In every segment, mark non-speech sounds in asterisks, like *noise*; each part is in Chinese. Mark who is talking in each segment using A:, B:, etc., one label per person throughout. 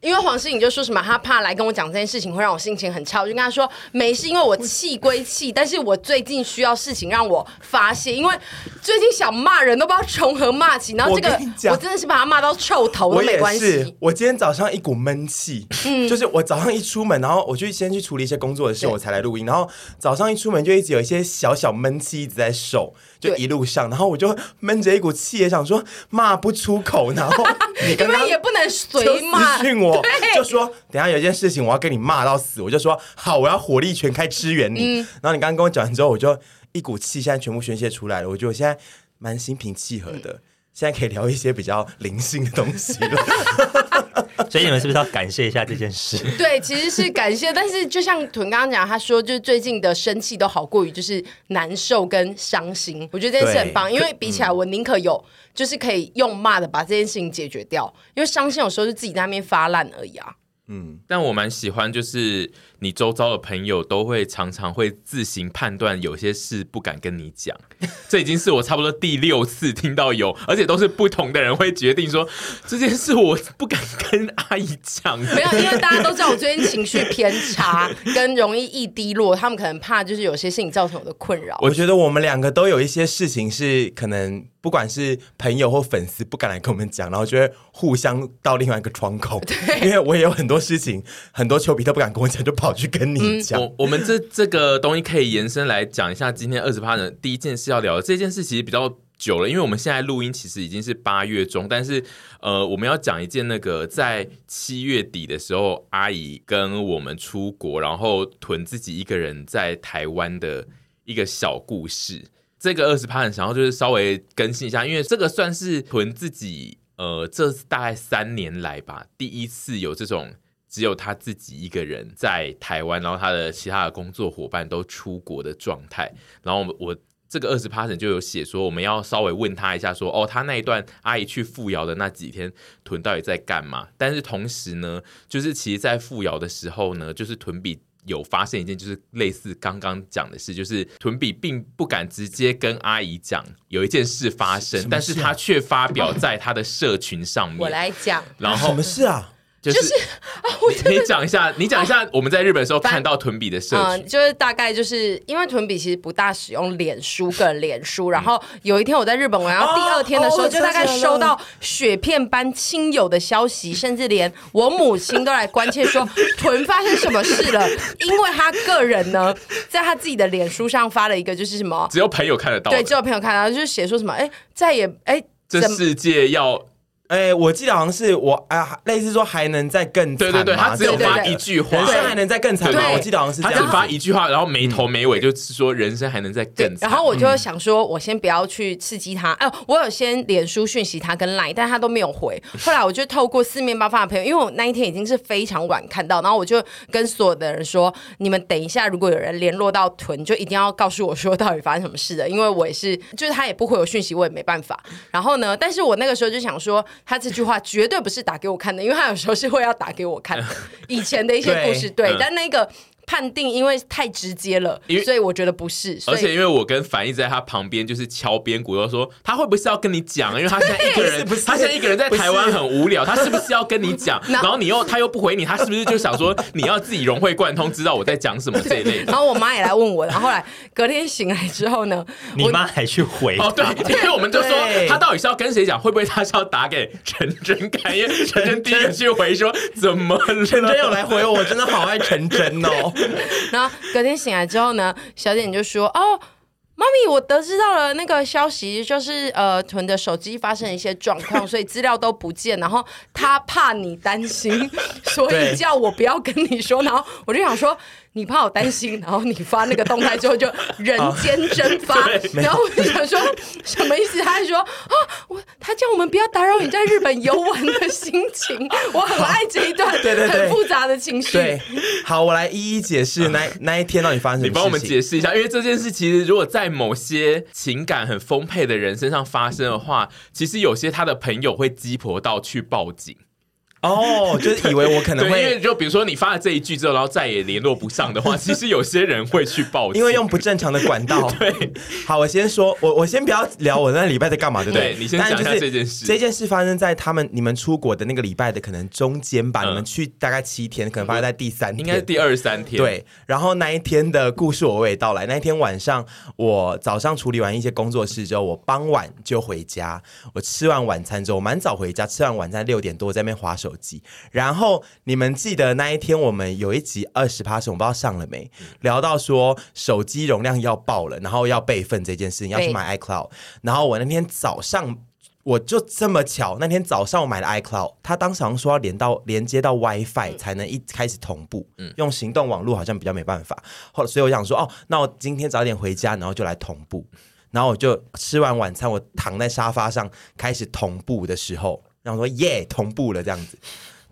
A: 因为黄诗颖就说什么，她怕来跟我讲这件事情会让我心情很差，我就跟她说没事，因为我气归气，但是我最近需要事情让我发泄，因为最近想骂人都不知道从何骂起，然后这个
B: 我跟你讲
A: 我真的是把她骂到臭头
B: 我
A: 都没
B: 也
A: 关
B: 是
A: 系，，嗯
B: 我今天早上一股闷气，就是我早上一出门，然后我就先去处理一些工作的事，
A: 对
B: 我才来录音。然后早上一出门就一直有一些小小闷气一直在受，就
A: 对
B: 一路上，然后我就闷着一股气，也想说骂不出口。
A: *laughs*
B: 然后你
A: 因
B: 刚刚
A: 为也不能
B: 就
A: 随骂
B: 私。讯我，
A: 对
B: 就说等一下有一件事情我要跟你骂到死，我就说好，我要火力全开支援你。
A: 嗯
B: 然后你刚刚跟我讲完之后，我就一股气现在全部宣泄出来了，我觉得我现在蛮心平气和的。
A: 嗯
B: 现在可以聊一些比较灵性的东西了。
C: 所以你们是不是要感谢一下这件事？
A: 对，其实是感谢，但是就像屯刚刚讲，他说就是最近的生气都好过于就是难受跟伤心，我觉得这件事很棒，因为比起来我宁可有就是可以用骂的把这件事情解决掉，因为伤心有时候是自己在那边发烂而已啊。
D: 但我蛮喜欢，就是你周遭的朋友都会常常会自行判断，有些事不敢跟你讲。 *laughs* 这已经是我差不多第六次听到有，而且都是不同的人会决定说这件事我不敢跟阿姨讲。
A: 没有，因为大家都知道我最近情绪偏差跟容易易低落，他们可能怕就是有些事情造成我的困扰。
B: 我觉得我们两个都有一些事情是可能，不管是朋友或粉丝不敢来跟我们讲，然后就会互相到另外一个窗口。因为我也有很多事情，很多丘比特不敢跟我讲，就跑去跟你讲。
D: 我我们这这个东西可以延伸来讲一下，今天二十趴的第一件事要聊的这件事，其实比较久了，因为我们现在录音其实已经是八月中，但是呃，我们要讲一件那个在七月底的时候，阿姨跟我们出国，然后囤自己一个人在台湾的一个小故事。这个二十趴很想要就是稍微更新一下，因为这个算是囤自己呃，这是大概三年来吧，第一次有这种只有他自己一个人在台湾，然后他的其他的工作伙伴都出国的状态。然后我们我这个二十 p a 就有写说，我们要稍微问他一下说，哦，他那一段阿姨去富瑶的那几天，屯到底在干嘛？但是同时呢，就是其实，在富瑶的时候呢，就是屯比。有发生一件就是类似刚刚讲的事，就是屯比并不敢直接跟阿姨讲有一件事发生，
B: 什么
D: 但是
B: 事啊
D: 他却发表在他的社群上
A: 我
D: 面，
A: 来啊讲，
D: 然
A: *laughs*
D: 后
B: 什么事啊？
D: 就是、你你讲一下，你讲一下我们在日本的时候
A: 啊反
D: 看到屯比的社
A: 嗯、
D: 群，
A: 就是大概就是因为屯比其实不大使用脸书个人脸书，然后有一天我在日本玩，然后第二天的时
B: 哦
A: 候
B: 我
A: 就大概
B: 想起来
A: 收
B: 了
A: 到雪片般亲友的消息，甚至连我母亲都来关切说屯发生什么事了，因为他个人呢，在他自己的脸书上发了一个就是什么，
D: 只有朋友看得到的。
A: 对，只有朋友看到就是写说什么，哎、再也哎。
D: 这
A: 怎么
D: 世界要
B: 哎、我记得好像是我啊，类似说还能再更惨
D: 对对对，
B: 吗
D: 他只有
B: 对对
D: 发
B: 对
D: 一句话，
B: 人生还能再更惨吗？
A: 对
B: 我记得好像是这
D: 他
B: 样
D: 只
B: 子。
D: 发一句话，然后没头没尾，就是说人生还能再
A: 对
D: 更，惨。
A: 然后我就想说，我先不要去刺激他。哎、我有先脸书讯息他跟 Line，但他都没有回。
D: *laughs*
A: 后来我就透过四面八方的朋友，因为我那一天已经是非常晚看到，然后我就跟所有的人说，你们等一下，如果有人联络到屯，就一定要告诉我说到底发生什么事的，因为我也是，就是他也不回我讯息，我也没办法。然后呢，但是我那个时候就想说，他这句话绝对不是打给我看的，因为他有时候是会要打给我
D: *laughs*
A: 看的，以前的一些故事，对，
D: 嗯
A: 但那个。判定因为太直接了
D: 因为，
A: 所以我觉得不是。所
D: 而
A: 以
D: 且因为我跟凡一直在他旁边，就是敲边鼓，又说他会不会是要跟
A: *laughs*
D: 你讲？啊因为他现在一个人，
B: 不是不是
D: 他现在一个人在台湾
B: 不是
D: 很
B: *laughs*
D: 无聊，他是不是要跟你讲？然后你又他又不回你，他是不是就想说你要自己融会贯通，知道我在讲什么这一
B: *laughs*
D: 类的？
A: 然后我妈也来问我，然后后来隔天醒来之后呢，
C: 你妈还去回
D: 哦，对，因为我们就说
B: 哎对
D: 他到底是要跟谁讲，会不会他是要打给陈真看？因为陈真第一个去
B: *laughs*
D: 回说怎么了？
B: 陈真有来回我，我真的好爱陈真哦。
A: 然后隔天醒来之后呢，小姐就说：“哦，妈咪，我得知到了那个消息，就是呃，屯的手机发生一些状况，所以资料都不见。然后她怕你担心， *laughs* 所以
B: 对
A: 叫我不要跟你说。然后我就想说，你怕我担心，然后你发那个动态之后就人间蒸发。然后我就想说，什么意思？他还说啊，我他叫我们不要打扰你在日本游玩的心情。我很爱这一段
B: 对对对
A: 很复杂的情绪。
B: 对，好，我来一一解释那那一天到底发生什么事
D: 你
B: 情。
D: 帮我们解释一下，因为这件事其实如果在某些情感很丰沛的人身上发生的话，其实有些他的朋友会鸡婆到去报警。
B: 哦，就是以为我可
D: 对，
B: 能
D: 因为
B: 会
D: 就比如说你发了这一句之后，然后再也联络不上
B: *laughs*
D: 的话，其实有些人会去报警，
B: 因为用不正常的管道。
D: *laughs* 对
B: 好，我先说，我我先不要聊我那礼拜在干嘛，对不对？
D: 对你先
B: 但
D: 讲一
B: 就
D: 下
B: 是
D: 这件事
B: 这件事发生在他们你们出国的那个礼拜的可能中间吧，
D: 嗯
B: 你们去大概七天，可能发生在第三
D: 应
B: 天，
D: 该是第二三天，，
B: 对，然后那一天的故事我娓道来。那一天晚上，我早上处理完一些工作事之后，我傍晚就回家。我吃完晚餐之后，我蛮早回家，吃完晚餐六点多我在那边划手机。然后你们记得那一天我们有一集二十趴是我不知道上了没，聊到说手机容量要爆了，然后要备份这件事情，要去
A: 对
B: 买 iCloud。然后我那天早上。我就这么巧，那天早上我买了 iCloud，它当时好像说要连到连接到
D: 嗯
B: WiFi 才能一开始同步，用行动网络好像比较没办法。后来所以我想说，哦，那我今天早点回家，然后就来同步。然后我就吃完晚餐，我躺在沙发上开始同步的时候，然后我说耶，同步了这样子。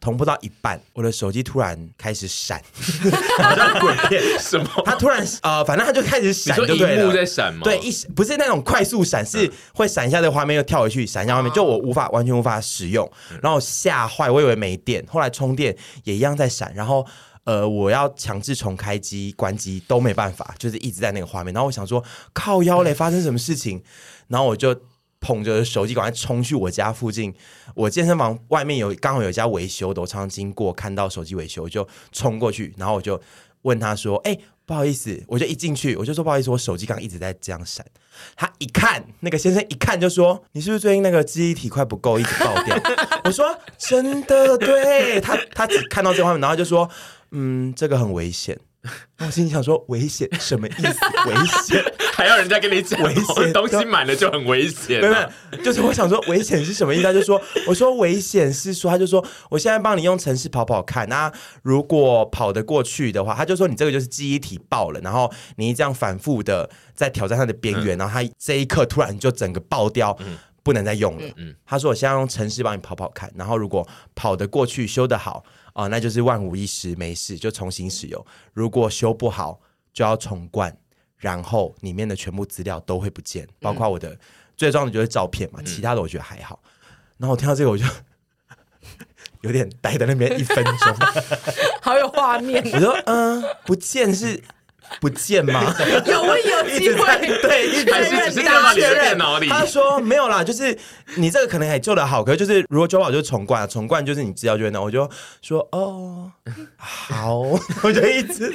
B: 同步到一半，我的手机突然开始闪，好像鬼片。
D: *laughs* 什么？
B: 它突然呃，反正它就开始
D: 你
B: 闪，
D: 说
B: 就
D: 荧
B: 对
D: 幕
B: 了。
D: 在闪吗？嗯
B: 对，一不是那种快速闪，是会闪一下这个画面又跳回去，闪一下画
D: 啊
B: 面，就我无法完全无法使用，然后吓坏，我以为没电，后来充电也一样在闪，然后。呃，我要强制重开机、关机都没办法，就是一直在那个画面。然后我想说，靠腰
D: 嗯
B: 嘞，发生什么事情？然后我就捧着手机，赶快冲去我家附近。我健身房外面有刚好有一家维修的，我常常经过，看到手机维修就冲过去，然后我就问他说：“哎、不好意思，我就一进去，我就说不好意思，我手机刚刚一直在这样闪。”他一看，那个先生一看就说：“你是不是最近那个记忆体快不够，一直爆掉？” *laughs* 我说：“真的，对他，他只看到这画面，然后就说：‘嗯，这个很危险。’我心里想说：‘危险什么意思？危险？’
D: 还要人家跟你讲
B: 危险
D: *laughs* 东西满了就很危险、
B: 没有没
D: 啊。
B: 有，就是我想说危险是什么意思？他就说，我说危险是说，他就说我现在帮你用城市跑跑看，那如果跑得过去的话，他就说你这个就是记忆体爆了，然后你这样反复的在挑战它的边缘，然后它这一刻突然就整个爆掉。不能再用了。他说：“我现在用城市帮你跑跑看，然后如果跑得过去、修得好啊、那就是万无一失，没事就重新使用；如果修不好，就要重灌。然后里面的全部资料都会不见，包括我的、最重要的就是照片嘛，其他的我觉得还好。然后我听到这个我就 *laughs* 有点待在那边一分钟，
A: 好有画
B: *laughs*
A: 面，
B: 我说嗯，不见是不见吗？
A: 有问有
B: 一
A: 机
B: 直在
A: 会。
B: 对，一直
D: 还是只是掉到你的电脑里
B: 他说没有啦，就是你这个可能还做的好，可是就是如果九宝就是重灌啊，重灌就是你知道就会那，我就说哦好，我就一直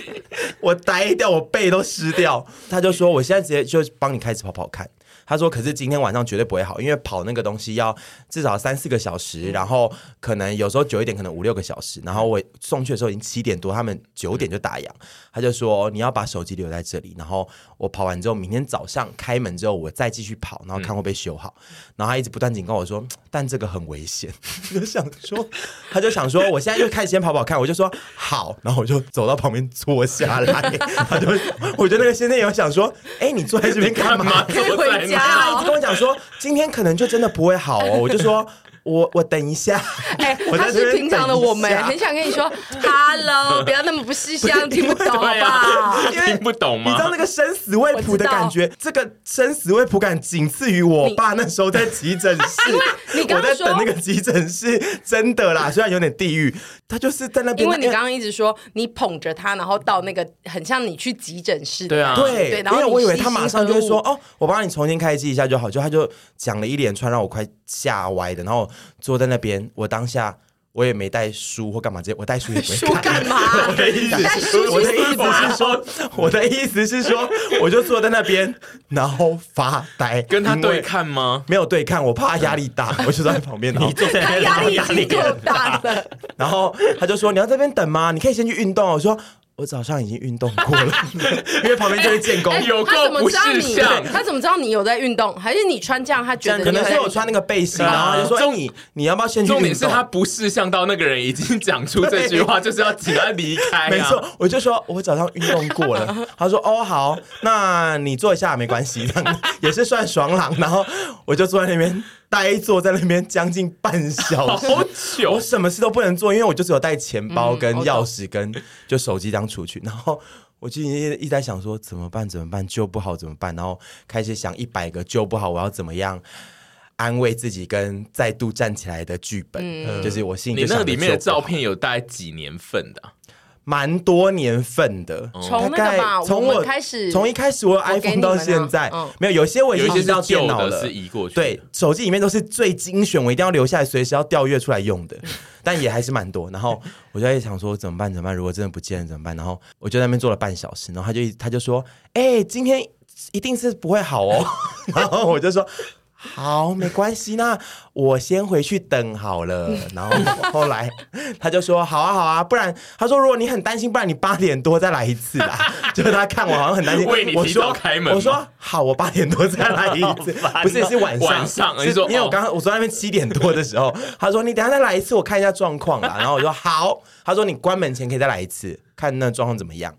B: 我呆掉，我背都湿掉。他就说我现在直接就帮你开始跑跑看。他说：“可是今天晚上绝对不会好，因为跑那个东西要至少三四个小时，然后可能有时候久一点，可能五六个小时。然后我送去的时候已经七点多，他们九点就打烊。他就说你要把手机留在这里，然后我跑完之后，明天早上开门之后我再继续跑，然后看会不会修好。然后他一直不断警告我说，但这个很危险。我就想说，他就想说，我现在就开始先跑跑看。我就说好，然后我就走到旁边坐下来。他就，我觉得那个先生也有想说，哎、你坐在这边干嘛？
D: 可
A: 可以回家
B: 他一直
A: 哦！
B: 跟我讲说，今天可能就真的不会好哦。我就说，我我等一下。
A: 哎、
B: 我在
A: 他
B: 这边
A: 是平常的我们
B: 等一，下啊
A: 很想跟你说 “hello”，不要那么不识
B: *laughs*
A: 相，听不懂
D: 对
A: 吧？
D: 啊，
B: 因为
D: 听不懂
B: 你知道
D: 吗
B: 那？个生死未卜的感觉，这个生死未卜感仅次于我爸那时候在急诊
A: *laughs*
B: 室。
A: 你你刚
B: 我在
A: 刚说
B: 等那个急诊室，真的啦，虽然有点地狱，他就是在那边。
A: 因为你刚刚一直说你捧着他，然后到那个很像你去急诊室的
D: 对啊
A: 感觉，
B: 对，
A: 对，然后
B: 因为
A: 你
B: 我以为
A: 细
B: 他马
A: 心
B: 上
A: 呵
B: 就会
A: 护
B: 说：“哦，我帮你重新开机一下就好。”就他就讲了一连串让我快吓歪的，然后坐在那边，我当下我也没带书或干嘛，直接我带书也不会
A: 书干嘛？带 *laughs* 书
B: 我
A: 去
B: 的意
A: 死
B: 思
A: 吧
B: 是说，我的意思是说，我就坐在那边，然后发呆，
D: 跟他
B: 因
D: 对
B: 为
D: 看吗？
B: 没有对抗，我怕压力大，我就坐在旁边。然后
C: 你坐在那
A: 他哎
C: 边
A: 压力已
C: 压
A: 经
C: 力
A: 够
C: 很
A: 大了，
B: *laughs* 然后他就说：“你要这边等吗？你可以先去运动。”我说：“我早上已经运动过了，因为旁边就是建工。
A: 哎
D: 有
A: 他
D: 够
A: 怎么
D: 不
A: 知道
D: 识
A: 你
D: 相？
A: 他怎么知道你有在运动？还是你穿这样，他觉得你
B: *laughs* 可能
A: 有在
B: 是
A: 运
B: 我
A: 动
B: 穿那个背心，
D: 对啊
B: 然后他就说：‘哎，
D: 重
B: 你你要不要先去运
D: 重
B: 动？’
D: 点是他不识相到那个人已经讲出这句
B: *laughs*
D: 话，就是要请他离开、啊。
B: 没错，，我就说我早上运动
A: *laughs*
B: 过了。他说哦好，那你坐一下没关系， *laughs* 这样也是算爽朗。然后我就坐在那边呆坐在那边将近半小
A: *laughs*
B: 时。
D: *laughs* 好
B: 我
D: 久。
B: 什么事都不能做，因为我就只有带钱包、
A: 嗯
B: 跟
A: 我懂
B: 钥匙、跟就手机这样出去。然后我就一直一直在想说怎么办？怎么办？救不好怎么办？然后开始想一百个救不好，我要怎么样？安慰自己跟再度站起来的剧本，
A: 嗯
B: 就是我心里
D: 你
B: 就
D: 那
B: 想
D: 个
B: 着
D: 里面的
B: 就不好
D: 照片有大概几年份的啊、
B: 蛮多年份的，
D: 哦
A: 从那个吧
B: 大概从
A: 我们
B: 我
A: 开始
B: 从一开始我有
A: 我给你
B: iPhone
A: 们啊
B: 到现在
A: 嗯，
B: 没有有些我已
D: 有
B: 经
D: 一些
B: 移到
D: 是
B: 电
D: 旧
B: 脑
D: 的，
B: 了
D: 是，移过去的。
B: 对，手机里面都是最精选，我一定要留下来，随时要调阅出来用
D: 嗯
B: 的，但也还是蛮多。然后我就在想说怎么办？怎么办？如果真的不见了怎么办？然后我就在那边坐了半小时，然后他就一他就说：“哎、今天一定是不会好哦。”
D: *laughs*
B: 然后我就说。好，没关系，那我先回去等好
D: *laughs*
B: 了。然后后来他就说：“好啊，好啊，不然他说如果你很担心，不然你八点多再来一次
D: *laughs*
B: 啦。”就是他看我好像很担心，
D: 为你
B: 我
D: 提
B: 说
D: 早开门
B: 我说
D: 吗
B: 好，我八点多再
D: *laughs*
B: 来一次
C: 好烦，哦
B: 不是是晚上，
D: 晚上
B: 是
D: 你说
B: 因为我
D: 哦
B: 刚刚我坐在那边七点多的时候， *laughs* 他说你等一下再来一次，我看一下状况啦。然后我说好，他说你关门前可以再来一次，看那状况怎么样。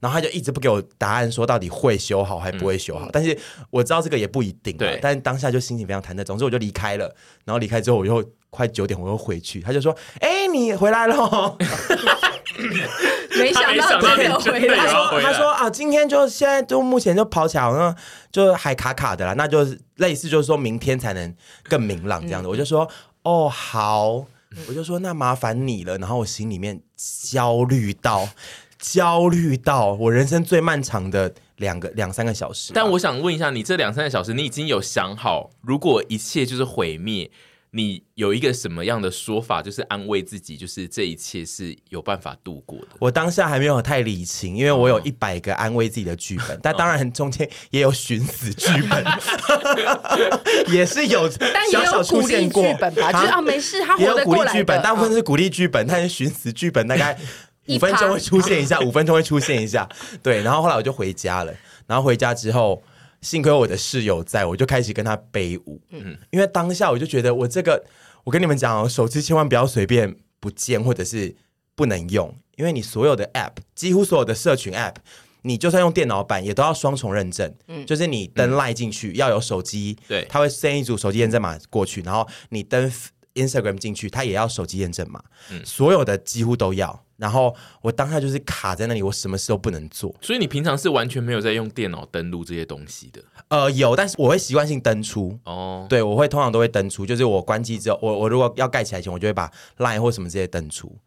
B: 然后他就一直不给我答案，说到底会修好还不会修好。但是我知道这个也不一定啊，
D: 嗯对
B: 但当下就心情非常忐忑，总之我就离开了。然后离开之后，我又快九点，我又回去，他就说：“哎、你回来了哦。”
A: 没
D: 他
A: 想
D: 没想
A: 到
D: 到
A: 真
D: 你
A: 的
D: 真
A: 回
D: 的
A: 来
B: 他
D: 有。要
B: 说
D: 回来
B: 他说啊，今天就现在就目前就跑起来，好像就还卡卡的啦，那就是类似就是说明天才能更明朗这样的。我就说哦好，我就说那麻烦你了。然后我心里面焦虑到焦虑到我人生最漫长的两个两三个小时吧。
D: 但我想问一下，你这两三个小时，你已经有想好，如果一切就是毁灭，你有一个什么样的说法，就是安慰自己，就是这一切是有办法度过的。
B: 我当下还没有太理清，因为我有一百个安慰自己的剧本，但当然中间也有寻死剧本， *laughs* 也是有，
A: 但也
B: 小小
A: 有
B: 出
A: 鼓励
B: 现过
A: 剧本吧，就是啊，没事，他
B: 也
A: 活
B: 有
A: 得
B: 鼓
A: 过
B: 励
A: 来
B: 剧本，
A: 的。
B: 大部分
A: 嗯
B: 是鼓励剧本，但是寻死剧本大概
A: 一
B: 五
A: 趴
B: 分钟会出现
A: *laughs*
B: 一下，五分钟会出现一下。对，然后后来我就回家了，然后回家之后，幸亏我的室友在，我就开始跟他背舞。嗯，因为当下我就觉得我这个，我跟你们讲哦，手机千万不要随便不见或者是不能用，因为你所有的 app，几乎所有的社群 app。你就算用电脑版，也都要双重认证，就是你登 Line 进去、要有手机，
D: 对
B: 他会 send 一组手机验证码过去，然后你登 Instagram 进去，他也要手机验证码，所有的几乎都要。然后我当下就是卡在那里，我什么事都不能做。
D: 所以你平常是完全没有在用电脑登录这些东西的
B: 呃，有，但是我会习惯性登出。
D: 哦。
B: 对，我会通常都会登出，就是我关机之后，我我如果要盖起来前，我就会把 Line 或什么这些登出。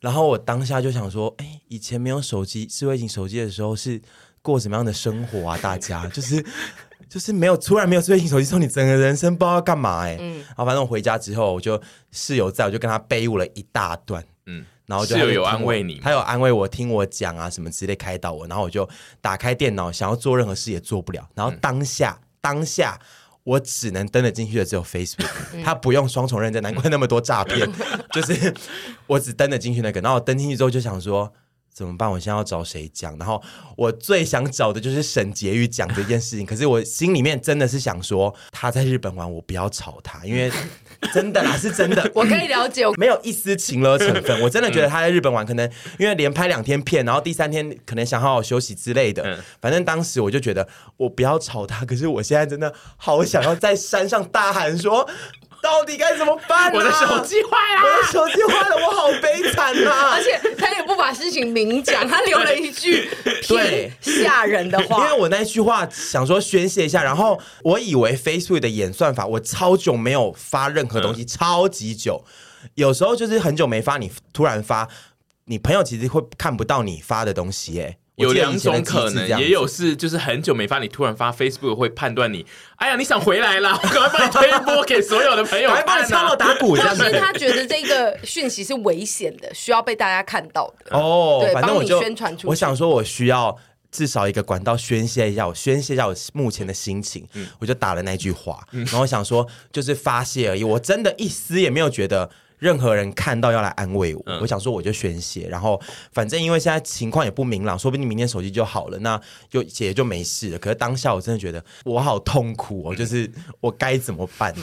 B: 然后我当下就想说，哎，以前没有手机、智慧型手机的时候是过什么样的生活啊？大家就是就是没有突然没有智慧型手机之后，你整个人生不知道要干嘛哎、然后反正我回家之后，我就室友在，我就跟他背舞了一大段。
D: 嗯，
B: 然后就
D: 室友
B: 他就
D: 有
B: 听
D: 安
B: 我
D: 慰你吗
B: 他有安慰我，听我讲啊什么之类，开导我。然后我就打开电脑，想要做任何事也做不了。
D: 嗯
B: 然后当下，当下我只能登得进去的只有 Facebook，他不用双重认证，难怪那么多诈骗。就是我只登得进去那个，然后我登进去之后就想说。怎么办？我现在要找谁讲？然后我最想找的就是沈婕妤讲这件事情。可是我心里面真的是想说，他在日本玩，我不要吵他，因为 *laughs* 真的啦，是真的。
A: 我可以了解，
B: *laughs*
A: 我
B: 没有一丝情勒成分。我真的觉得他在日本玩，可能因为连拍两天片，然后第三天可能想好好休息之类的。
D: 嗯
B: 反正当时我就觉得我不要吵他，可是我现在真的好想要在山上大喊
D: *laughs*
B: 说，到底该怎么办、啊？
D: 我的手机坏
B: 我
D: 了，
B: 的手机坏了，我好悲惨
D: *laughs*
B: 啊！
A: 而且他也不把事情明讲，他留了一句
B: *laughs* 对
A: 偏吓人的
B: 因为
A: 话。
B: 我那句话想说宣泄一下，然后我以为 Facebook 的演算法，我超久没有发任何
D: 嗯
B: 东西，超级久，有时候就是很久没发，你突然发，你朋友其实会看不到你发的东西、耶。我
D: 有
B: 记得
D: 两
B: 以前的
D: 种
B: 机制
D: 可能
B: 这，样子
D: 也有是就是很久没发，你突然发 Facebook 会判断你，哎呀，你想回来啦，我 *laughs* 赶快帮你推播给所有的朋友
B: 赶快
D: 看
B: 帮你敲锣
D: 啊。
B: 打鼓这
A: 或
B: 样子
A: 是。他觉得这个讯息是危险的，需要被大家看到的。
B: 哦
A: 对，
B: 反正我就
A: 帮你宣传出去
B: 我想说，我需要至少一个管道宣泄一下，我宣泄一下我目前的心情，
A: 嗯
B: 我就打了那句话，然后想说就是发泄而已，我真的一丝也没有觉得。任何人看到要来安慰我，
A: 嗯
B: 我想说我就宣泄，然后反正因为现在情况也不明朗，说不定明天手机就好了，那就也就没事了。可是当下我真的觉得我好痛苦
A: 嗯
B: 哦，就是我该怎么办？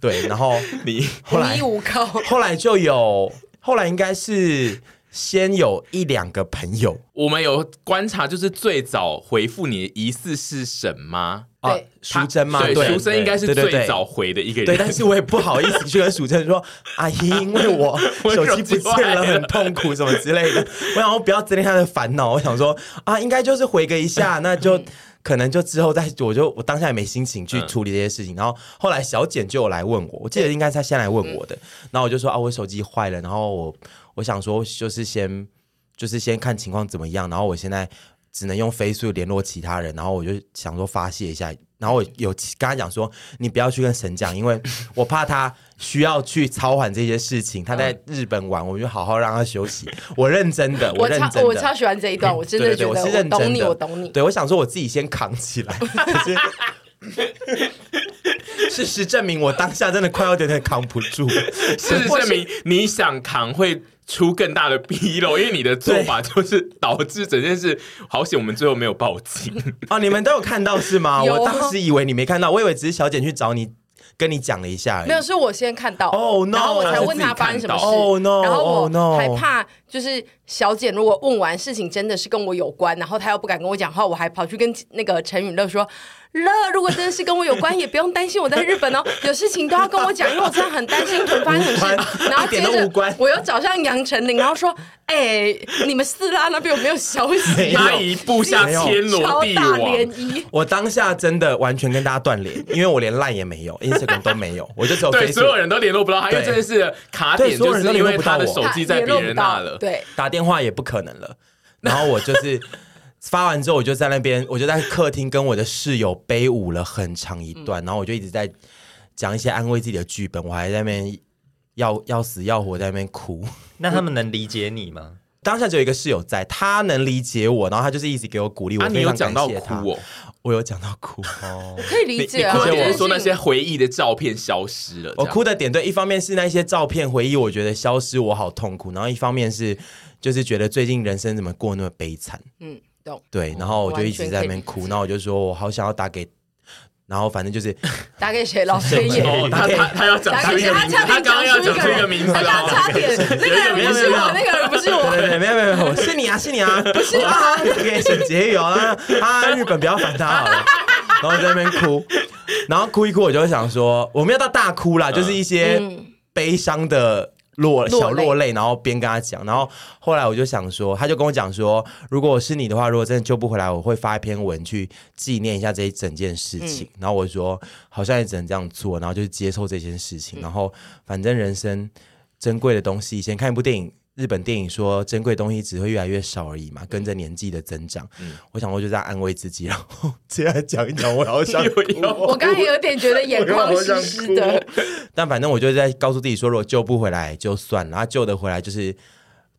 B: 对，然后
D: 你
B: 后来
A: 无依无靠，
B: 后来就有，后来应该是先有一两个朋友
D: 我们有观察，就是最早回复你的疑似是什吗？
B: 啊
A: 对，
B: 淑珍嘛，
D: 对，
B: 对
D: 淑珍应该是
B: 对对
D: 最
B: 对
D: 早回的一个人。
B: 对，但
D: *laughs*
B: 是我也不好意思去跟淑珍说，阿姨，因为我
D: 我
B: 手
D: 手
B: 机
D: 机
B: 不见
D: 坏
B: 了，
D: 了
B: 很痛苦
D: *laughs*
B: 什么之类的。我想说不要增添她的烦恼，我想说啊，应该就是回个一下，那就可能就之后再，我就我当下也没心情去
D: 嗯
B: 处理这些事情。然后后来小简就有来问我，我记得应该是她先来问我的，然后我就说啊，我手机坏了，然后我我想说就是先就是先看情况怎么样，然后我现在只能用飞速联络其他人，然后我就想说发泄一下，然后我有跟他讲说，你不要去跟神讲，因为我怕他需要去操缓这些事情，他在日本玩，我就好好让他休息，我认真的，
A: 嗯我
B: 认
A: 超
B: 真
A: 我
B: 的
A: 超。喜欢这一段，我真
B: 对
A: 的
B: 对对，
A: 觉
B: 我
A: 得
B: 是认
A: 懂
B: 真
A: 你，
B: 的，
A: 我懂你。
B: 对，我想说我自己先扛起来， *laughs* 可是事实证明我当下真的快要有点扛不住。
D: 事实证明你想扛会出更大的纰漏，因为你的做法就是导致整件事。好险，我们最后没有报警。
B: *laughs* 哦，你们都有看到是吗？
A: 有
B: 我当时以为你没看到，我以为只是小简去找你，跟你讲了一下而已。
A: 没有，是我先看到
B: Oh, no，
A: 然后我才问他发生什么事
B: Oh, no，
A: 然后
B: oh, no
A: 我还怕就是小简如果问完事情真的是跟我有关，然后他又不敢跟我讲话，我还跑去跟那个陈允乐说。乐，如果真的是跟我有关，也不用担心我在日本哦，有事情都要跟我讲，因为我真的很担心突然发生什么
B: 无
A: 事。
B: 关
A: 然后
B: 一
A: 接
B: 点都无
A: 着
B: 关
A: 我又找上杨丞琳，然后说：“哎、你们四拉那边有没有消息
B: 没有
A: 啊？”
D: 阿姨步下天罗
A: 超
D: 地
A: 大
D: 网，
A: 涟漪，
B: 我当下真的完全跟大家断联， *laughs* 因为我连 line 也没有，Instagram 都没有，我就只有
D: 对，所有
B: 哦 Facebook。
D: 人都联络不到他，因为
B: 对
D: 真的是卡
B: 对
D: 点，
B: 所有
D: 就
B: 人
D: 是
B: 都
D: 因
B: 联络
D: 为
B: 不到
D: 他的
B: 我
D: 手
A: 他
D: 机在
A: 联络
D: 别
A: 不
D: 人
A: 到
D: 那了。
A: 对，
B: 打电话也不可能了。然后我就是发完之后，我就在那边，我就在客厅跟我的室友悲舞了很长一段，
A: 嗯
B: 然后我就一直在讲一些安慰自己的剧本，我还在那边要要死要活在那边哭。
C: 那他们能理解你吗？
B: 当下只有一个室友在，他能理解我，然后他就是一直给我鼓励，我
D: 啊，你
B: 非
D: 有
B: 常
D: 讲
B: 感
D: 到
B: 谢他。
D: 哭哦，
B: 我有讲到哭， *laughs*
A: 可以
D: 你
A: 理
D: 你
A: 解啊。
D: 哭
A: 这
D: 的
A: 件
D: 点
A: 事
D: 是说那
A: 情
D: 些回忆的照片消失了，
B: 我
D: 这样
B: 哭的点对，一方面是那些照片回忆，我觉得消失，我好痛苦；然后一方面是就是觉得最近人生怎么过那么悲惨，
A: 嗯，懂。
B: 对，然后我就一直在那边
A: 完全可以理
B: 哭，
A: 解
B: 然后我就说我好想要打给，然后反
A: *laughs*
B: 正就是
A: 打给谁？老师也。
D: 哦，
C: 啊
D: 他他他要讲
A: 打
D: 出
A: 给
D: 一
A: 谁？
D: 个
A: 他
D: 名字，
A: 差
D: 他
A: 点
D: 刚刚要
A: 讲出
D: 讲出一
A: 一
D: 个
A: 个
D: 名字
A: 他刚刚
D: 哦。
A: 差点，那 *laughs* 个人不是我，那个人不是
B: 对
A: *laughs* 我。
B: 对，没有没有没有，是你啊是你
A: *laughs*
B: 啊，不是啊，打给沈婕妤啊，啊日本不要烦他好
A: *laughs*
B: 了，然后在那边哭，然后哭一哭，我就会想说我没有到大哭啦，就是一些悲伤的。落
A: 嗯落泪
B: 小落泪，然后边跟他讲，然后后来我就想说，他就跟我讲说，如果我是你的话，如果真的救不回来，我会发一篇文去纪念一下这一整件事情。然后我说，好像也只能这样做，然后就是接受这件事情，然后反正人生珍贵的东西。以前看一部电影，日本电影说珍贵的东西只会越来越少而已嘛，跟着年纪的增长。我想我就在安慰自己，然后接下来讲一讲，我好想哭，
A: 我刚才有点觉得眼眶湿湿的，
B: 但反正我就在告诉自己说，如果救不回来就算了，啊救得回来就是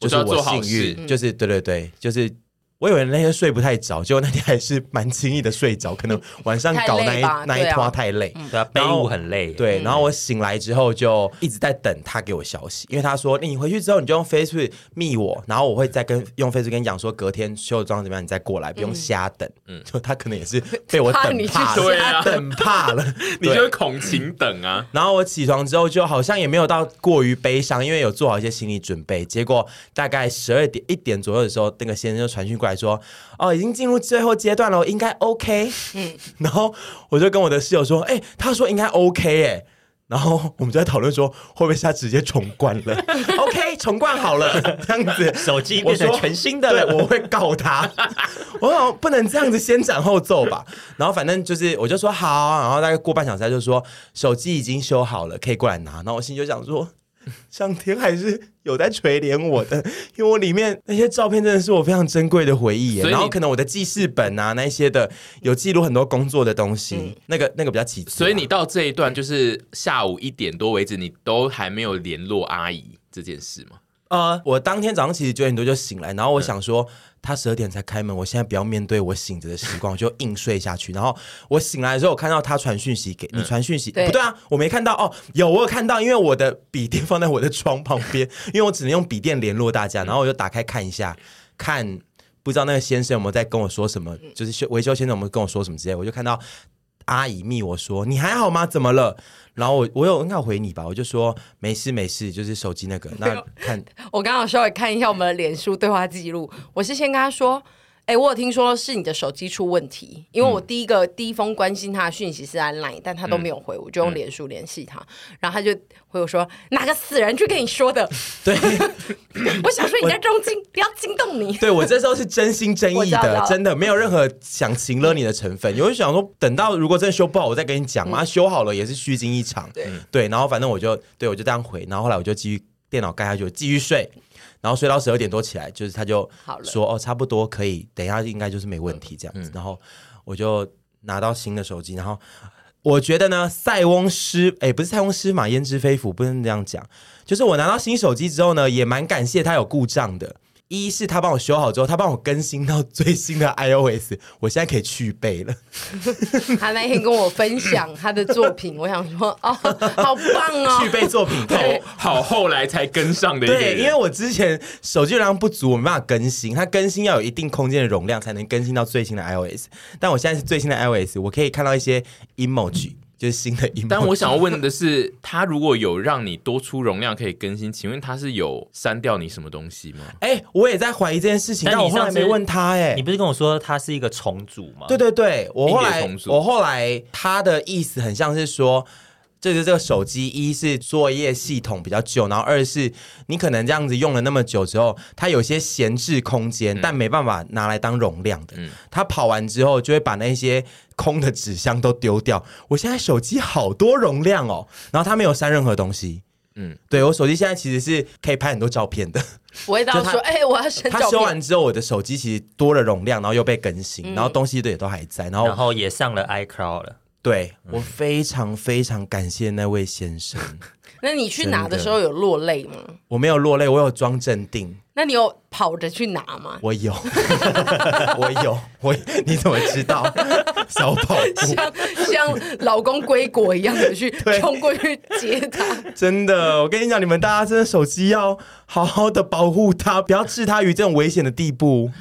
D: 我
B: 就是
D: 就要做好
B: 幸
D: 事
B: 运，就是对对对，就是。我以为那天睡不太着，结果那天还是蛮轻易的睡着，可能晚上
A: 太
B: 搞
A: 累
B: 那一、
A: 吧
B: 那一
A: 对啊
B: 拖太累，
C: 对啊，背
B: 然后
C: 舞很累。，
B: 对，然后我醒来之后就一直在等他给我消息，因为他说你回去之后你就用 Facebook 密我，然后我会再跟用 Facebook 跟你讲说隔天修的妆怎么样，你再过来，不用瞎等。嗯， *laughs* 就他可能也是
A: *laughs*
B: 被我
A: 怕
B: 等
A: 你去
B: 怕
D: 对啊
B: 了，等怕了，
D: 你
B: 对
D: 就是孔晴等啊，
B: 然后我起床之后，就好像也没有到过于悲伤，因为有做好一些心理准备。结果大概十二点一点左右的时候，那个先生就传讯过来说：“哦，已经进入最后阶段了，应该 OK。”嗯，然后我就跟我的室友说：“哎、他说应该 OK 哎、然后我们就在讨论说，会不会是他直接重灌了 *laughs* ？OK，重灌好了，这样子
C: 手机变成
B: 我说
C: 全新的
B: 对，
C: 了。
B: 我会告他。 *laughs* 我想不能这样子先斩后奏吧。然后反正就是，我就说好，啊然后大概过半小时，他就说手机已经修好了，可以过来拿。然后我心里就想说， *laughs* 上天还是有在垂怜我的，因为我里面那些照片真的是我非常珍贵的回忆耶。
D: 所以你
B: 然后可能我的记事本啊那一些的，有记录很多工作的东西，那个那个比较起次啊、
D: 所以你到这一段就是下午一点多为止，你都还没有联络阿姨这件事吗？
B: 呃，我当天早上其实九点多就醒来，然后我想说，他十二点才开门，我现在不要面对我醒着的时光，我就硬睡下去。然后我醒来的时候，我看到他传讯息给你，传讯息、
A: 对
B: 不对啊？我没看到哦，有我有看到，因为我的笔电放在我的床旁边，因为我只能用笔电联络大家，然后我就打开看一下，看不知道那个先生有没有在跟我说什么，就是修维修先生有没有跟我说什么之类，我就看到阿姨密我说：“你还好吗？怎么了？”然后我我有应该有回你吧，我就说没事没事，就是手机那个。那看
A: 我刚刚有稍微看一下我们的脸书对话记录，我是先跟他说。哎，我有听说是你的手机出问题，因为我第一个、第一封关心他的讯息是在 Line，但他都没有回，我就用脸书联系他，然后他就回我说哪个死人去跟你说 *laughs* 的？
B: *laughs* 对
A: 我想说你在中间，不要惊动你。
B: 对，我这时候是真心真
A: 我
B: 意
A: 知道知
B: 的
A: 道，
B: 真的没有任何想情勒你的成分。有人想说，等到如果真的修不好，我再跟你讲嘛。啊修好了也是虚惊一场。
A: 嗯对
B: 对，然后反正我就对我就这样回，然后后来我就继续电脑盖下去，我继续睡，然后睡到十二点多起来，就是他就
A: 好了嗯
B: 说哦，差不多可以，等一下应该就是没问题这样子。然后我就拿到新的手机，然后我觉得呢，塞翁失哎，不是塞翁失马焉知非福，不能这样讲。就是我拿到新手机之后呢，也蛮感谢他有故障的。一是他帮我修好之后，他帮我更新到最新的 iOS，我现在可以去背了。
A: 他那天跟我分享他的作品，我想说哦，好棒哦，
B: *laughs* 去背作
A: *laughs*
B: 品
D: 好
B: 对
D: 好后来才跟上的一个
B: 对，
D: 人，
B: 因为我之前手机容量不足，我没办法更新，它更新要有一定空间的容量才能更新到最新的 iOS。但我现在是最新的 iOS，我可以看到一些 emoji，就是新的 emoji。
D: 但我想要问的是，他如果有让你多出容量可以更新，请问他是有删掉你什么东西吗？
B: 哎、我也在怀疑这件事情，
C: 但
B: 但
C: 你
B: 我后来
C: 上次
B: 没问他、哎
C: 你，不是跟我说它是一个重组吗？
B: 对对对，我后
D: 硬碟
B: 来
D: 重组
B: 我后来他的意思很像是说。这个这个手机，一是作业系统比较旧，然后二是你可能这样子用了那么久之后，它有些闲置空
A: 嗯
B: 间，但没办法拿来当容量的。它跑完之后，就会把那些空的纸箱都丢掉。我现在手机好多容量哦，然后它没有删任何东西。嗯
D: 嗯，
B: 对我手机现在其实是可以拍很多照
A: *laughs*
B: 片的。
A: 不会到
B: 就他
A: 说哎、我要删
B: 它
A: 照
B: 修
A: 片
B: 完。之后，我的手机其实多了容量，然后又被更新，
A: 嗯
B: 然后东西也都还在，然后
C: 然后也上了 iCloud 了。
B: 对我非常非常感谢那位先生， *laughs*
A: 那你去拿的时候有落泪吗？
B: 我没有落泪，我有装镇定，
A: 那你有跑着去拿吗？
B: 我有， *laughs* 我有，我你怎么知道？ *laughs* 小跑步
A: 像像老公归国一样的去
B: *laughs* 对
A: 冲过去接他，
B: *laughs* 真的，我跟你讲，你们大家真的手机要好好的保护它，不要置它于这种危险的地步，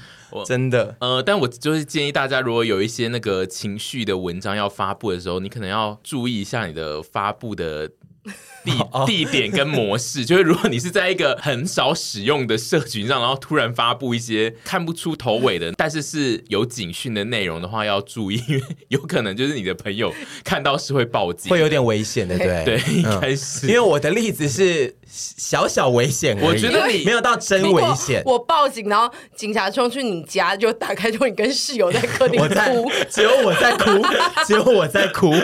B: 真的。
D: 呃，但我就是建议大家，如果有一些那个情绪的文章要发布的时候，你可能要注意一下你的发布的。
B: *laughs*
D: 地
B: 哦
D: 地点跟模式，就是如果你是在一个很少使用的社群上，然后突然发布一些看不出头尾的，但是是有警讯的内容的话，要注意，因为 *laughs* 有可能就是你的朋友看到是会报警
B: 会，有点危险的，对
D: 对，应
B: 嗯
D: 该是、
B: 因为我的例子是小小危险而已，
D: 我觉得你
B: 没有到真危险
A: 如。果我报警，然后警察冲去你家，就打开就你跟室友在客厅
B: *laughs* 我在
A: 哭。，
B: 只有我 *laughs* 在哭，只有我在哭。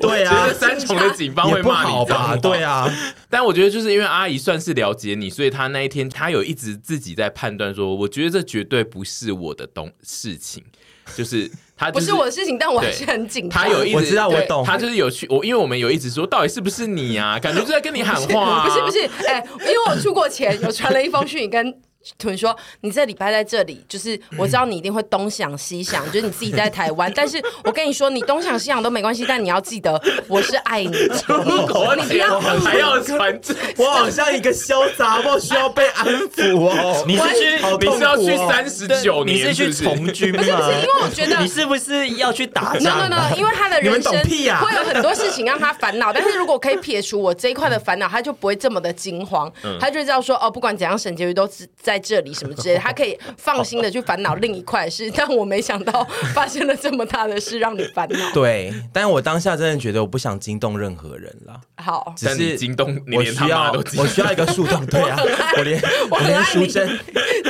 B: 对
D: 觉
B: 啊
D: 得，三重的警方
B: 也
D: 会
B: 不
D: 骂你
B: 好
D: 脏
B: 吧？
D: 话
B: 对啊，
D: 但我觉得就是因为阿姨算是了解你，所以她那一天她有一直自己在判断说，我觉得这绝对不是我的东事情，就是她、
A: 不
D: 就是
A: 我的事情，但我还
D: 对
A: 是很紧张。
D: 她有一直
B: 我知道，我
A: 对
B: 懂。
D: 她就是有去我，因为我们有一直说到底是不是你啊，感觉就在跟你喊话、
A: *laughs*
D: 啊，
A: 不是不，是，哎、因为我出国前有传了一封讯息跟。屯说：“你这礼拜在这里，就是我知道你一定会东想西想，就是你自己在台湾。但是我跟你说，你东想西想都没关系，但你要记得我是爱你
C: *laughs*
A: 的。
D: 而
A: 你不
D: 且
A: 要
D: 还要传这。
B: 我好像一个潇洒不需要被安抚
C: *laughs*
B: 哦。
C: 你是去
B: 好
D: 你
B: 痛苦
D: 是要去
B: 哦
D: 三十九
C: 你是
D: 年
C: 去
D: 不
C: 从军吗？不
A: 不是因
C: 是
A: 为我觉得
C: 你是不是要去打
A: no no
C: 仗？
A: no，因为他的
B: 你
A: 人
B: 们
A: 生
B: 懂屁呀
A: 会有很多事情让他烦恼，但是如果可以撇除我这一块的烦恼，他就不会这么的惊慌，
B: 嗯
A: 他就知道说哦，不管怎样，沈婕妤都是在这里什么之类的，他可以放心的去烦恼另一块的事。但我没想到发生了这么大的事让你烦恼。
B: 对，但我当下真的觉得我不想惊动任何人了， *laughs*
A: 好，
B: 只
D: 但你
B: 是
D: 京东，你
B: 我
D: 连他
B: 需
D: 妈
B: 要
D: 都知道
B: 我需要一个树洞。对啊， *laughs* 我连
A: 我很
B: 连
A: 爱
B: 淑
A: 你
B: 珍。，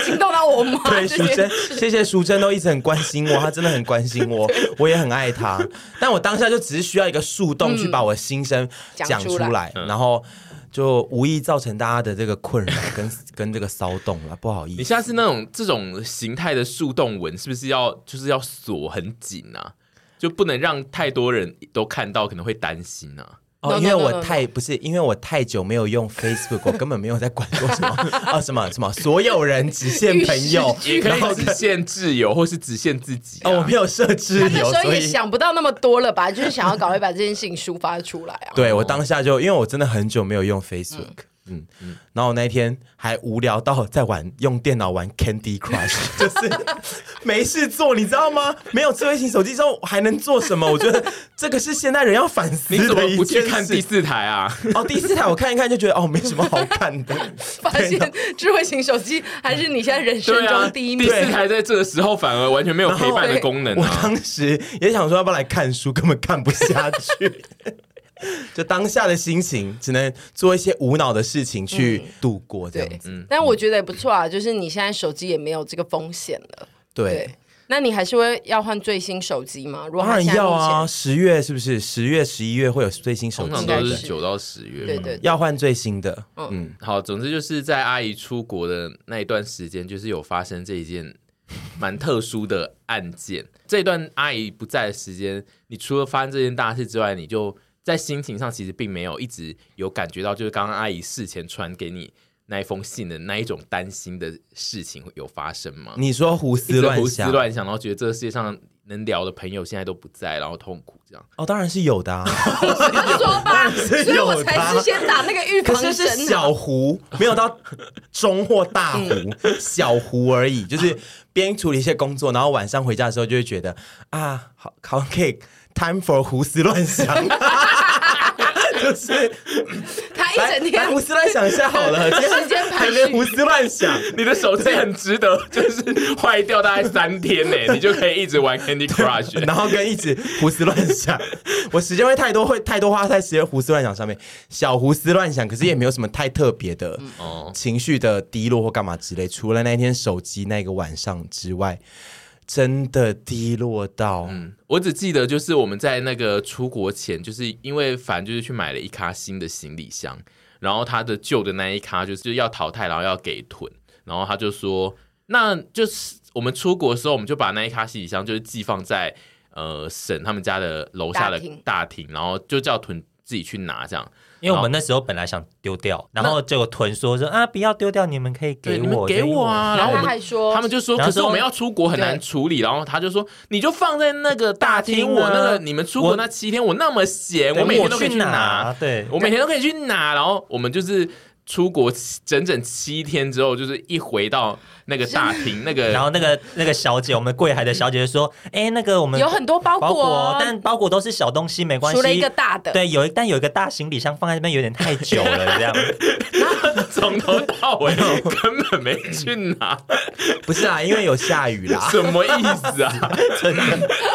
A: 惊动到我妈。
B: 对，
A: 这
B: 淑
A: 件
B: 珍，谢谢淑珍都一直很关心我，她真的很关心 *laughs* 我，我也很爱她。但我当下就只是需要一个树洞去把我心声
A: 讲
B: 嗯讲
A: 出
B: 出
A: 来
B: 来，然后就无意造成大家的这个困扰跟跟这个骚动了，不好意
D: 你
B: 思。
D: 下次那种这种形态的树洞纹，是不是要就是要锁很紧啊？就不能让太多人都看到，可能会担心啊。
B: 哦，
A: No,
B: 因为
A: no, no,
B: 我
A: no, no.
B: 太不是，因为我太久没有用 Facebook，我根本没有在管说什么啊什么什么，所有人只限朋友
D: 也，可
B: 然后
D: 以只限挚友，或是只限自己、啊。
B: 哦我没有设置
A: 他那
B: 有，
A: 时候
B: 所
A: 也
B: 以
A: 想不到那么多了吧，就是想要赶快把这件事情抒发出来啊。
B: 对我当下就因为我真的很久没有用 Facebook，嗯然后我那一天还无聊到在玩用电脑玩 Candy Crush，就是 *laughs* 没事做，你知道吗？没有智慧型手机之后还能做什么？我觉得这个是现代人要反思
D: 你怎么
B: 的一
D: 不去
B: 件
D: 看第
B: 事。
D: 四台啊？
B: 哦，第四台我看一看就觉得哦，没什么好看的。
A: 发
B: 对然
A: 现
B: 后
A: 智慧型手机还是你现在人生
D: *laughs* 对啊，
A: 中第一
D: 第
A: 名。哎
D: 四台在这个时候反而完全没有陪伴的功能
B: 我
D: 啊。
B: 当时也想说要不要来看书，根本看不下 *laughs* 去。就当下的心情，只能做一些无脑的事情去度过这样
A: 对
B: 子。，
A: 但我觉得也不错啊，就是你现在手机也没有这个风险了。
B: 对
A: 对，，那你还是会要换最新手机吗？如果
B: 当然
A: 它现在
B: 要
A: 目前
B: 啊！，十月是不是？十月、十一月会有最新手
D: 通
B: 机
D: 常
A: 应该
D: 都
B: 版
D: 是
B: 本，
A: 是
D: 九到十月。
A: 对对。对
B: 要换最新的。嗯，
D: 好，总之就是在阿姨出国的那一段时间，就是有发生这一件蛮特殊的案件。这段阿姨不在的时间，你除了发生这件大事之外，你就在心情上其实并没有一直有感觉到，就是刚刚阿姨事前传给你那一封信的那一种担心的事情有发生吗？
B: 你说胡
D: 一
B: 思
D: 直
B: 乱
D: 胡思
B: 想
D: 乱想，然后觉得这个世界上能聊的朋友现在都不在，然后痛苦这样。
B: 哦，当然是有的、啊，
A: 说吧，所
B: 是
A: 以我
B: 有的
A: 才
B: 啊
A: 是先打那个预
B: 可
A: 防针
B: 是
A: 啊。
B: 是小嗯胡， *laughs* 没有到中或大胡，小胡而已。就是边处理一些工作，然后晚上回家的时候就会觉得啊，好好 cake time for 胡思乱想， *laughs* 就是
A: 他一
B: 来
A: 整
B: 来
A: 天
B: 胡思乱想一下好了，今
A: 时
B: 天 *laughs*
A: 间
B: 还
A: 排
B: 没胡
A: 序，
B: 思乱想。
D: 你的手机很值得，就是坏掉大概三天呢，你就可以一直玩 Candy Crush
B: 然后跟一直胡思乱想，我时间会太多，会太多花在时间胡思乱想上面，小胡思乱想，可是也没有什么太特别的
A: 嗯
D: 哦。
B: 情绪的低落或干嘛之类。除了那一天手机那个晚上之外，真的低落到，
D: 我只记得就是我们在那个出国前，就是因为反正就是去买了一卡新的行李箱，然后他的旧的那一卡就是要淘汰，然后要给囤，然后他就说，那就是我们出国的时候，我们就把那一卡行李箱就是寄放在呃沈他们家的楼下的
A: 大厅
D: 大厅，然后就叫囤自己去拿这样。
C: 因为我们那时候本来想丢掉，然后结果囤说说啊，不要丢掉，你们可以
D: 对，
C: 给
D: 你们
C: 我，
D: 给我啊！然后我
A: 他
D: 们
A: 还说
D: 他们就说，
C: 然
D: 可
C: 后
D: 是
C: 说
D: 我们要出国很难处理。然后他就说，你就放在那个大厅，
C: 大厅啊
D: 我那个你们出国
C: 我
D: 那七天，我那么闲，
C: 对
D: 我每天都可以
C: 去
D: 去拿，，
C: 对，
D: 我每天都可以去拿。然后我们就是出国整整七天之后，就是一回到那个大厅，那
C: 然
D: 个
C: 后那个那个小姐，我们柜台的小姐就说，哎，那个我们
A: 有很多包
C: 包
A: 啊
C: 但包裹都是小东西，没关系，
A: 除了一个大的，
C: 对，有一但有一个大行李箱放在那边有点太久了，这样
D: *laughs* 从头到尾根本没去拿，
B: *laughs* 不是啊，因为有下
A: *laughs*
B: 雨啦，
D: 什么意思啊？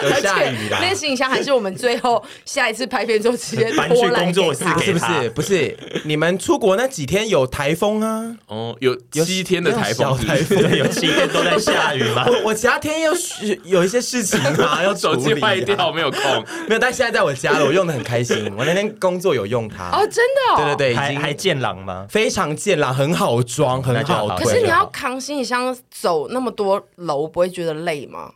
B: 有
A: 而
B: 下
A: 且
B: 雨啦
A: 那，个行李箱还是我们最后下一次拍片之后直
B: *laughs*
A: 接
C: 搬
A: 拖
C: 去
A: 来
C: 工作室
A: 给他
B: 不是
C: 给
B: 不
C: 他
B: 是不是，你们出国那几天有台风
D: *laughs*
B: 啊，
D: 哦，有
B: 有
D: 七天的台
B: 有小
D: 风是不
B: 台
D: 是，
B: 风。
C: 对，有七天都在下雨嘛。
B: 我我其他天要是有一些事情啊，要
D: 啊手机
B: 处理啊
D: 坏掉没有空。
B: 没有，但现在在我家了，我用的很开心。我那天工作有用它，
A: 哦，真的哦，
B: 对对对，已
C: 还还
B: 经
C: 见狼吗？
B: 非常健朗，很好装，很
C: 那就好
B: 好推。
A: 可是你要
C: 对
A: 扛行李箱走那么多楼，不会觉得累吗？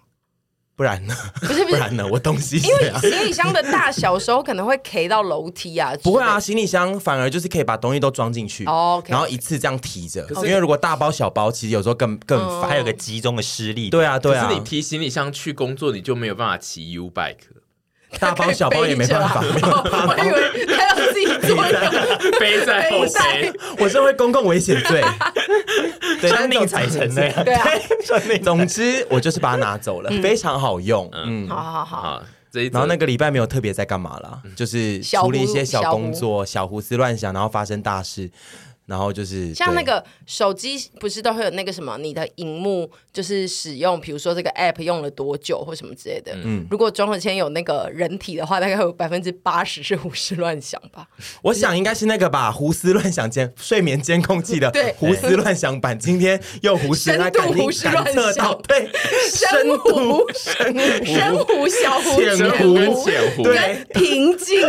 B: 不然呢？
A: 不 *laughs* 是不
B: 不
A: 是，
B: 然呢？我东西是啊
A: 因
B: 这
A: 为
B: 样。
A: 行李箱的大小有时候可能会 K 到楼梯啊，
B: *laughs* 不会啊，，行李箱反而就是可以把东西都装进去，
A: 哦，OK
B: 然后一次这样提着。
D: 是
B: 因为如果大包小包，其实有时候更更
A: 嗯
B: 烦。
C: 还有个集中的失力，
B: 对啊，对
D: 可
B: 啊
D: 是，你提行李箱去工作，你就没有办法骑 U bike 了。
B: 大包小包也没办法。
A: *laughs*
B: 没有
A: 哦我以为他要自己做那
B: *laughs*
A: 个
D: *laughs* 背在后
A: 背带
D: 背。，
A: 啊
B: 我是会公共危险罪，对，
C: 生命
B: 但
C: 踩成那样，
A: 对
C: *laughs*
A: 啊，
C: 生
B: *laughs*
C: 命
B: 总之，我就是把它拿走了，非常好用。嗯，
A: 好好好，
D: 啊，这一则
B: 然后那个礼拜没有特别在干嘛啦，就是
A: 小胡
B: 处理一些小工作、小胡思乱想，然后发生大事，然后就是
A: 像那
B: 对
A: 个手机不是都会有那个什么，你的荧幕就是使用，比如说这个 app 用了多久或什么之类的。嗯，如果综合签有那个人体的话，大概有百分之八十是胡思乱想吧。
B: 我想应该是那个吧，胡思乱想监睡眠监控器的
A: 对
B: 胡思乱想版，今天又胡思，
A: 深度
B: 那肯定
A: 胡思乱
B: 感测到
A: 想
B: 对
A: 深
B: 度
A: 胡、深胡、小胡、
B: 浅
A: 浅
B: 胡
D: 跟浅胡，
B: 对。
A: 平静，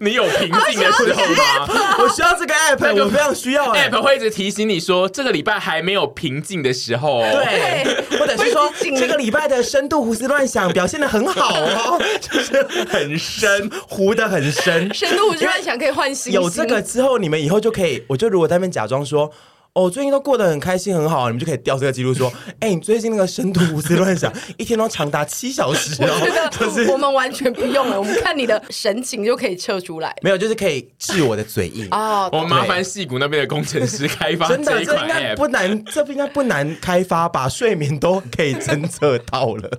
D: 你有平静的时候吗
A: 啊
B: 我需要这个 app，
D: 个
B: 我非常需要哎
D: ？App 会一直提醒你说，这个礼拜还没有平静的时候哦。
B: 对，或者是说
A: 会提醒你
B: 这个礼拜的深度胡思乱想表现的很好哦， *laughs* 就是很 *laughs* 深，糊的很深，
A: 深度胡思乱想可以换星星。
B: 有这个之后，你们以后就可以，我就如果在那边假装说。哦，最近都过得很开心，很好，你们就可以调这个记录说，哎、你最近那个深度胡思乱想，一天都长达七小
A: *laughs*
B: 时 *laughs* 哦，可是
A: 我们完全不用了，我们看你的神情就可以测出来。
B: 没有，就是可以治我的嘴硬。
A: 哦，
D: 我麻烦戏骨那边的工程师开发
B: 真
D: 啊这
B: 的，
D: 一
B: 这应
D: 款
B: 该
D: app。
B: 不难，这应该不难开发吧？睡眠都可以侦测到了。